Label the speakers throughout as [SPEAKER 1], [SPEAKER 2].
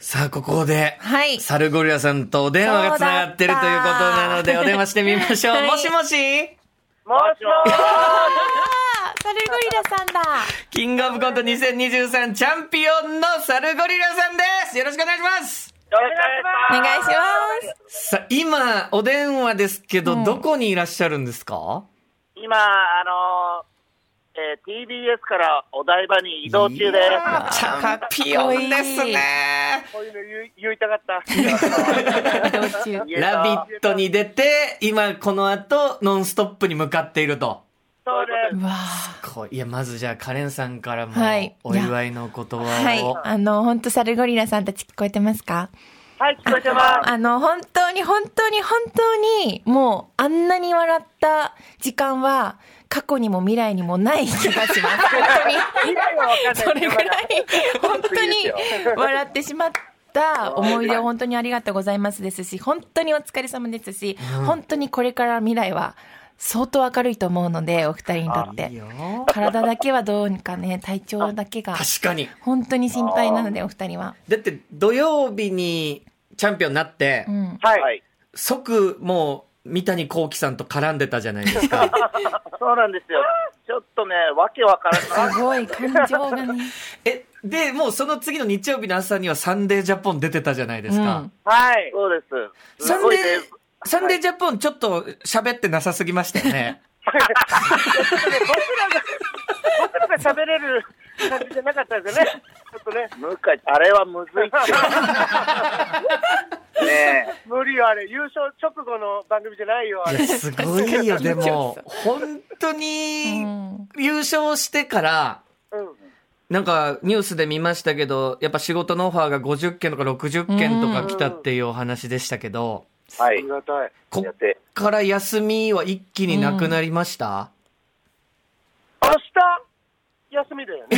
[SPEAKER 1] さあ、ここで、
[SPEAKER 2] はい
[SPEAKER 1] サルゴリラさんとお電話がつながってるということなので、
[SPEAKER 2] そうだった
[SPEAKER 1] お電話してみましょう。
[SPEAKER 2] はい
[SPEAKER 1] もしもし
[SPEAKER 3] もしもし
[SPEAKER 2] あサルゴリラさんだ。
[SPEAKER 1] キングオブコント2023チャンピオンのサルゴリラさんですよろしくお願いします
[SPEAKER 3] よろしくお
[SPEAKER 2] お願
[SPEAKER 3] 願いします
[SPEAKER 2] いします。
[SPEAKER 1] さあ、今、お電話ですけど、どこにいらっしゃるんですか
[SPEAKER 3] 今、あのえー TBS からお台場に移動中
[SPEAKER 1] い
[SPEAKER 3] で
[SPEAKER 1] やーチャンピオンですね。
[SPEAKER 3] す。こういうの言い言いたかった。
[SPEAKER 2] 移動中。
[SPEAKER 3] 言えた
[SPEAKER 1] ラビットに出て、今この後、ノンストップに向かっていると。
[SPEAKER 3] そうです。
[SPEAKER 2] うわ
[SPEAKER 1] こういや、まずじゃあ、カレンさんからも
[SPEAKER 2] はい、
[SPEAKER 1] お祝いの言葉を。
[SPEAKER 2] あはい。あの、本当サルゴリラさんたち聞こえてますか
[SPEAKER 3] はい、聞こえてます。
[SPEAKER 2] あの、本当に本当に本当に、もう、あんなに笑った時間は、過去にも未来にもない気がします。本当に。
[SPEAKER 3] 未来はわかんないです
[SPEAKER 2] それぐらい、本当に笑ってしまった思い出を本当にありがとうございますですし、本当にお疲れ様ですし、本当にこれから未来は相当明るいと思うので、お二人にとっ
[SPEAKER 1] いい
[SPEAKER 2] て。
[SPEAKER 1] よ
[SPEAKER 2] 体だけはどうにかね、体調だけが
[SPEAKER 1] 確かに。
[SPEAKER 2] 本当に心配なので、お二人は。
[SPEAKER 1] だって、土曜日にチャンピオンになって、
[SPEAKER 2] うん。
[SPEAKER 3] はい。
[SPEAKER 1] 即、もう、三谷幸喜さんと絡んでたじゃないです か。
[SPEAKER 3] そうなんですよ。ちょっとね、わけわからな
[SPEAKER 2] すごい感情がね。
[SPEAKER 1] え、で、もうその次の日曜日の朝にはサンデージャポン出てたじゃない です
[SPEAKER 2] う
[SPEAKER 1] か
[SPEAKER 2] ん。
[SPEAKER 3] はい。そうです。
[SPEAKER 1] サ
[SPEAKER 3] す
[SPEAKER 1] ン
[SPEAKER 3] ご
[SPEAKER 1] デ
[SPEAKER 3] い
[SPEAKER 1] ー
[SPEAKER 3] ね。、
[SPEAKER 1] サンデージャポンちょっと喋ってなさすぎましたよね。
[SPEAKER 3] 僕らが、僕らが喋れる感じじゃなかったですよね。ちょっとね。向井、あれはむずい って。ねえ。
[SPEAKER 4] 無理よあれ優勝直後の番組じゃないよあ
[SPEAKER 1] い
[SPEAKER 4] れ
[SPEAKER 1] や、すごいよ、でも
[SPEAKER 2] 緊張。
[SPEAKER 1] 本当
[SPEAKER 2] う
[SPEAKER 1] に、
[SPEAKER 2] ん
[SPEAKER 1] 優勝してから、
[SPEAKER 4] うん
[SPEAKER 1] なんかニュースで見ましたけど、やっぱ仕事のオファーが50件とか60件とか来たっていうお話でしたけど、
[SPEAKER 3] は
[SPEAKER 4] あ
[SPEAKER 3] い
[SPEAKER 4] り。がたい
[SPEAKER 1] こ
[SPEAKER 3] やっ。
[SPEAKER 1] ってから休みは一気になくなりました、
[SPEAKER 4] 明日休みだよね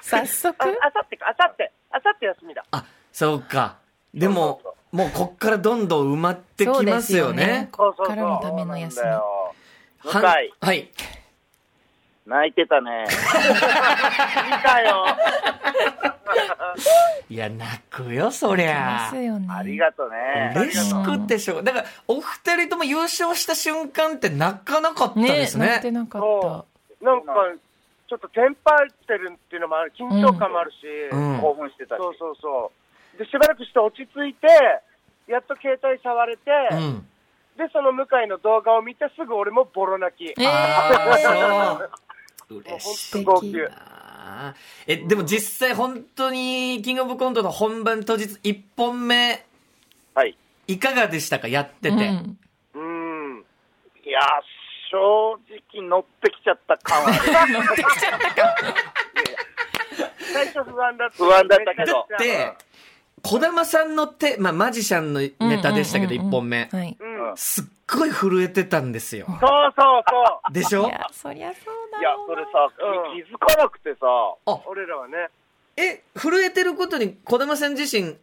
[SPEAKER 2] 早速
[SPEAKER 4] ああさってかあさってあさって休みだ
[SPEAKER 1] あ、そうか。でも、もうこっからどんどん埋まってきますよね。
[SPEAKER 2] そうですよねこっからのための休み
[SPEAKER 3] そう。そう
[SPEAKER 1] は
[SPEAKER 3] そ
[SPEAKER 1] ん
[SPEAKER 3] うなんだよ
[SPEAKER 1] はい。
[SPEAKER 3] 向井、泣いてたね。見たよ。
[SPEAKER 1] いや、泣くよ、そり
[SPEAKER 2] ま
[SPEAKER 1] ゃ
[SPEAKER 2] す。よね。
[SPEAKER 3] ありがとうね。
[SPEAKER 1] 嬉しくてしょうがだから、お二人とも優勝した瞬間って泣かなかったです
[SPEAKER 2] な
[SPEAKER 1] ね。
[SPEAKER 2] ってなかっ
[SPEAKER 4] そ
[SPEAKER 2] た。
[SPEAKER 4] なんかちょっとテンパってるっていうのもある緊張感もあるし、
[SPEAKER 1] うん
[SPEAKER 3] 興奮してたし。
[SPEAKER 4] そうそうそうでしばらくして落ち着いてやっと携帯触れて、
[SPEAKER 1] うん。
[SPEAKER 4] でその向井の動画を見てすぐ俺もボロ泣き
[SPEAKER 2] え
[SPEAKER 1] ああ、そう。嬉しい
[SPEAKER 4] もう本当号泣
[SPEAKER 1] な。え、でも実際本当に、キングオブコントの本番当日1本目、
[SPEAKER 3] はい。
[SPEAKER 1] いかがでしたかやってて。
[SPEAKER 2] うん
[SPEAKER 4] うん
[SPEAKER 3] いやー、正直乗ってきちゃった感はある。
[SPEAKER 4] 最初不安だった
[SPEAKER 3] 不安だったけど
[SPEAKER 1] だって、小玉さんの手、まあ、マジシャンのネタでしたけど、
[SPEAKER 2] うんうん
[SPEAKER 1] 1本目。
[SPEAKER 2] はい。
[SPEAKER 4] うん、
[SPEAKER 3] うん
[SPEAKER 1] すっごい震えてたんですよ。
[SPEAKER 4] そうそうそう
[SPEAKER 1] でし
[SPEAKER 2] い
[SPEAKER 1] ょ
[SPEAKER 2] や、そりゃそうだ
[SPEAKER 3] いや
[SPEAKER 2] ろ、
[SPEAKER 3] そう
[SPEAKER 2] な
[SPEAKER 3] れさ、
[SPEAKER 4] うん
[SPEAKER 3] 気づかなくてさ、
[SPEAKER 1] あ、
[SPEAKER 4] 俺らはね
[SPEAKER 1] え、震えてることに小玉さん自身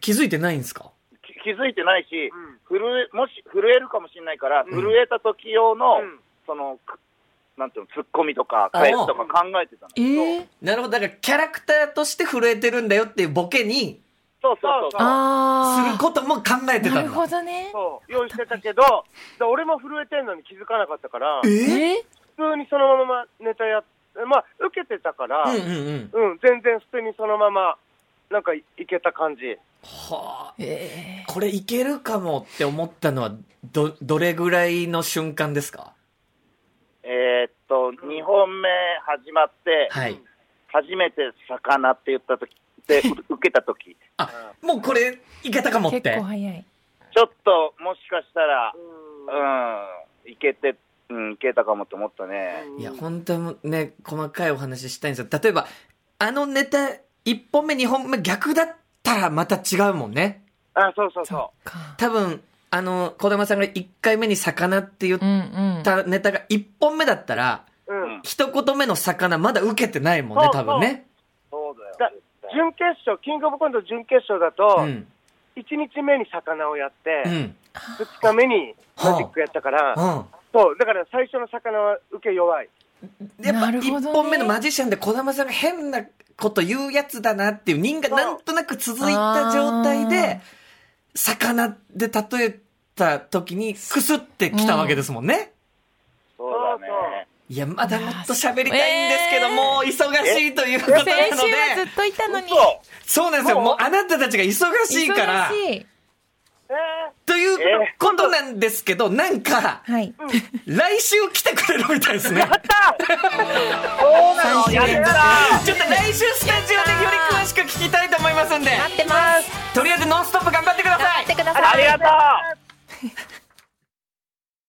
[SPEAKER 1] 気づいてないんですか
[SPEAKER 3] き気づいてないし、
[SPEAKER 4] ん
[SPEAKER 3] 震え、もし震えるかもしれないから、震えた時用の、
[SPEAKER 4] うん
[SPEAKER 3] その、くなんていうの、ツッコミとか、返しとか考えてたの。
[SPEAKER 2] えー
[SPEAKER 1] なるほど。だからキャラクターとして震えてるんだよっていうボケに
[SPEAKER 3] そうそうそう。
[SPEAKER 1] す
[SPEAKER 2] あ
[SPEAKER 1] ることも考えて
[SPEAKER 2] ー。な
[SPEAKER 1] た
[SPEAKER 2] る
[SPEAKER 1] の。
[SPEAKER 2] ほどね。
[SPEAKER 4] そう、用意してたけど、で 俺も震えてんのに気づかなかったから、
[SPEAKER 1] え
[SPEAKER 2] えー
[SPEAKER 4] 普通にそのままネタやっまあ、受けてたから、
[SPEAKER 1] う
[SPEAKER 4] うんん、
[SPEAKER 1] うんうん。
[SPEAKER 4] 全然普通にそのまま、なんかいけた感じ。
[SPEAKER 1] はあ。
[SPEAKER 2] え
[SPEAKER 1] これいけるかもって思ったのは、ど、どれぐらいの瞬間ですか
[SPEAKER 3] えーっと、2本目始まって、
[SPEAKER 1] はい。
[SPEAKER 3] 初めて魚って言った時 で、う受けた時、
[SPEAKER 1] あ、もうこれいけたかも
[SPEAKER 2] ー。
[SPEAKER 1] っ
[SPEAKER 2] 結
[SPEAKER 1] て
[SPEAKER 2] 構。早い。
[SPEAKER 3] ちょっともしかしたら、
[SPEAKER 4] う
[SPEAKER 3] うん、いけて、うん、いけたかもと思ったね。
[SPEAKER 1] いや、本当はね、細かいお話ししたいんですよ。例えば、あのネタ、1本目2本目逆だったらまた違うもんね。
[SPEAKER 4] あ、そうそう
[SPEAKER 2] そ
[SPEAKER 4] そ
[SPEAKER 2] っか。
[SPEAKER 1] 多分、あの、小玉さんが1回目に魚って言っ
[SPEAKER 2] うんうん。
[SPEAKER 1] たネタが1本目だったら、
[SPEAKER 4] う。うん。
[SPEAKER 3] うん
[SPEAKER 1] 一言目の魚まだ受けてないもんね、
[SPEAKER 4] そ
[SPEAKER 1] 多
[SPEAKER 4] う
[SPEAKER 1] 分ね。
[SPEAKER 3] そうだよ
[SPEAKER 4] だ
[SPEAKER 3] 絶対
[SPEAKER 4] 準決勝、キングオブコント準決勝だと、
[SPEAKER 1] ん。
[SPEAKER 4] 1日目に魚をやって、
[SPEAKER 1] うん。
[SPEAKER 4] 2日目にマジックやったから、
[SPEAKER 1] うん。
[SPEAKER 4] そう、だから最初の魚は受け弱い。
[SPEAKER 1] やっぱ
[SPEAKER 2] なるほど
[SPEAKER 1] 一
[SPEAKER 2] ね
[SPEAKER 1] 本目のマジシャンで小玉さんが変なこと言うやつだなっていう人が
[SPEAKER 4] そう
[SPEAKER 1] なんとなく続いた状態で、魚で例えた時にクスってきたわけですもんね。
[SPEAKER 3] そうだね。
[SPEAKER 1] いや、まだもっと喋りたいんですけど、もう忙しいということなので、
[SPEAKER 2] 先週はずっといたのに。
[SPEAKER 3] 嘘
[SPEAKER 1] そうなんですよ。
[SPEAKER 4] もう
[SPEAKER 1] もうあなたたちが忙しいから、
[SPEAKER 2] 忙しい。
[SPEAKER 4] え
[SPEAKER 1] ということなんですけど、なんか、
[SPEAKER 2] はい。
[SPEAKER 1] 来週来てくれるみたいですね。
[SPEAKER 4] ー、そうなの
[SPEAKER 2] 三
[SPEAKER 4] や
[SPEAKER 2] 種連
[SPEAKER 4] る
[SPEAKER 2] 続
[SPEAKER 4] な
[SPEAKER 1] ちょっと来週スタジオでより詳しく聞きたいと思いますんで、
[SPEAKER 2] 待ってます。
[SPEAKER 1] とりあえずノンストップ頑張ってください
[SPEAKER 2] 待ってください。
[SPEAKER 4] ありがとう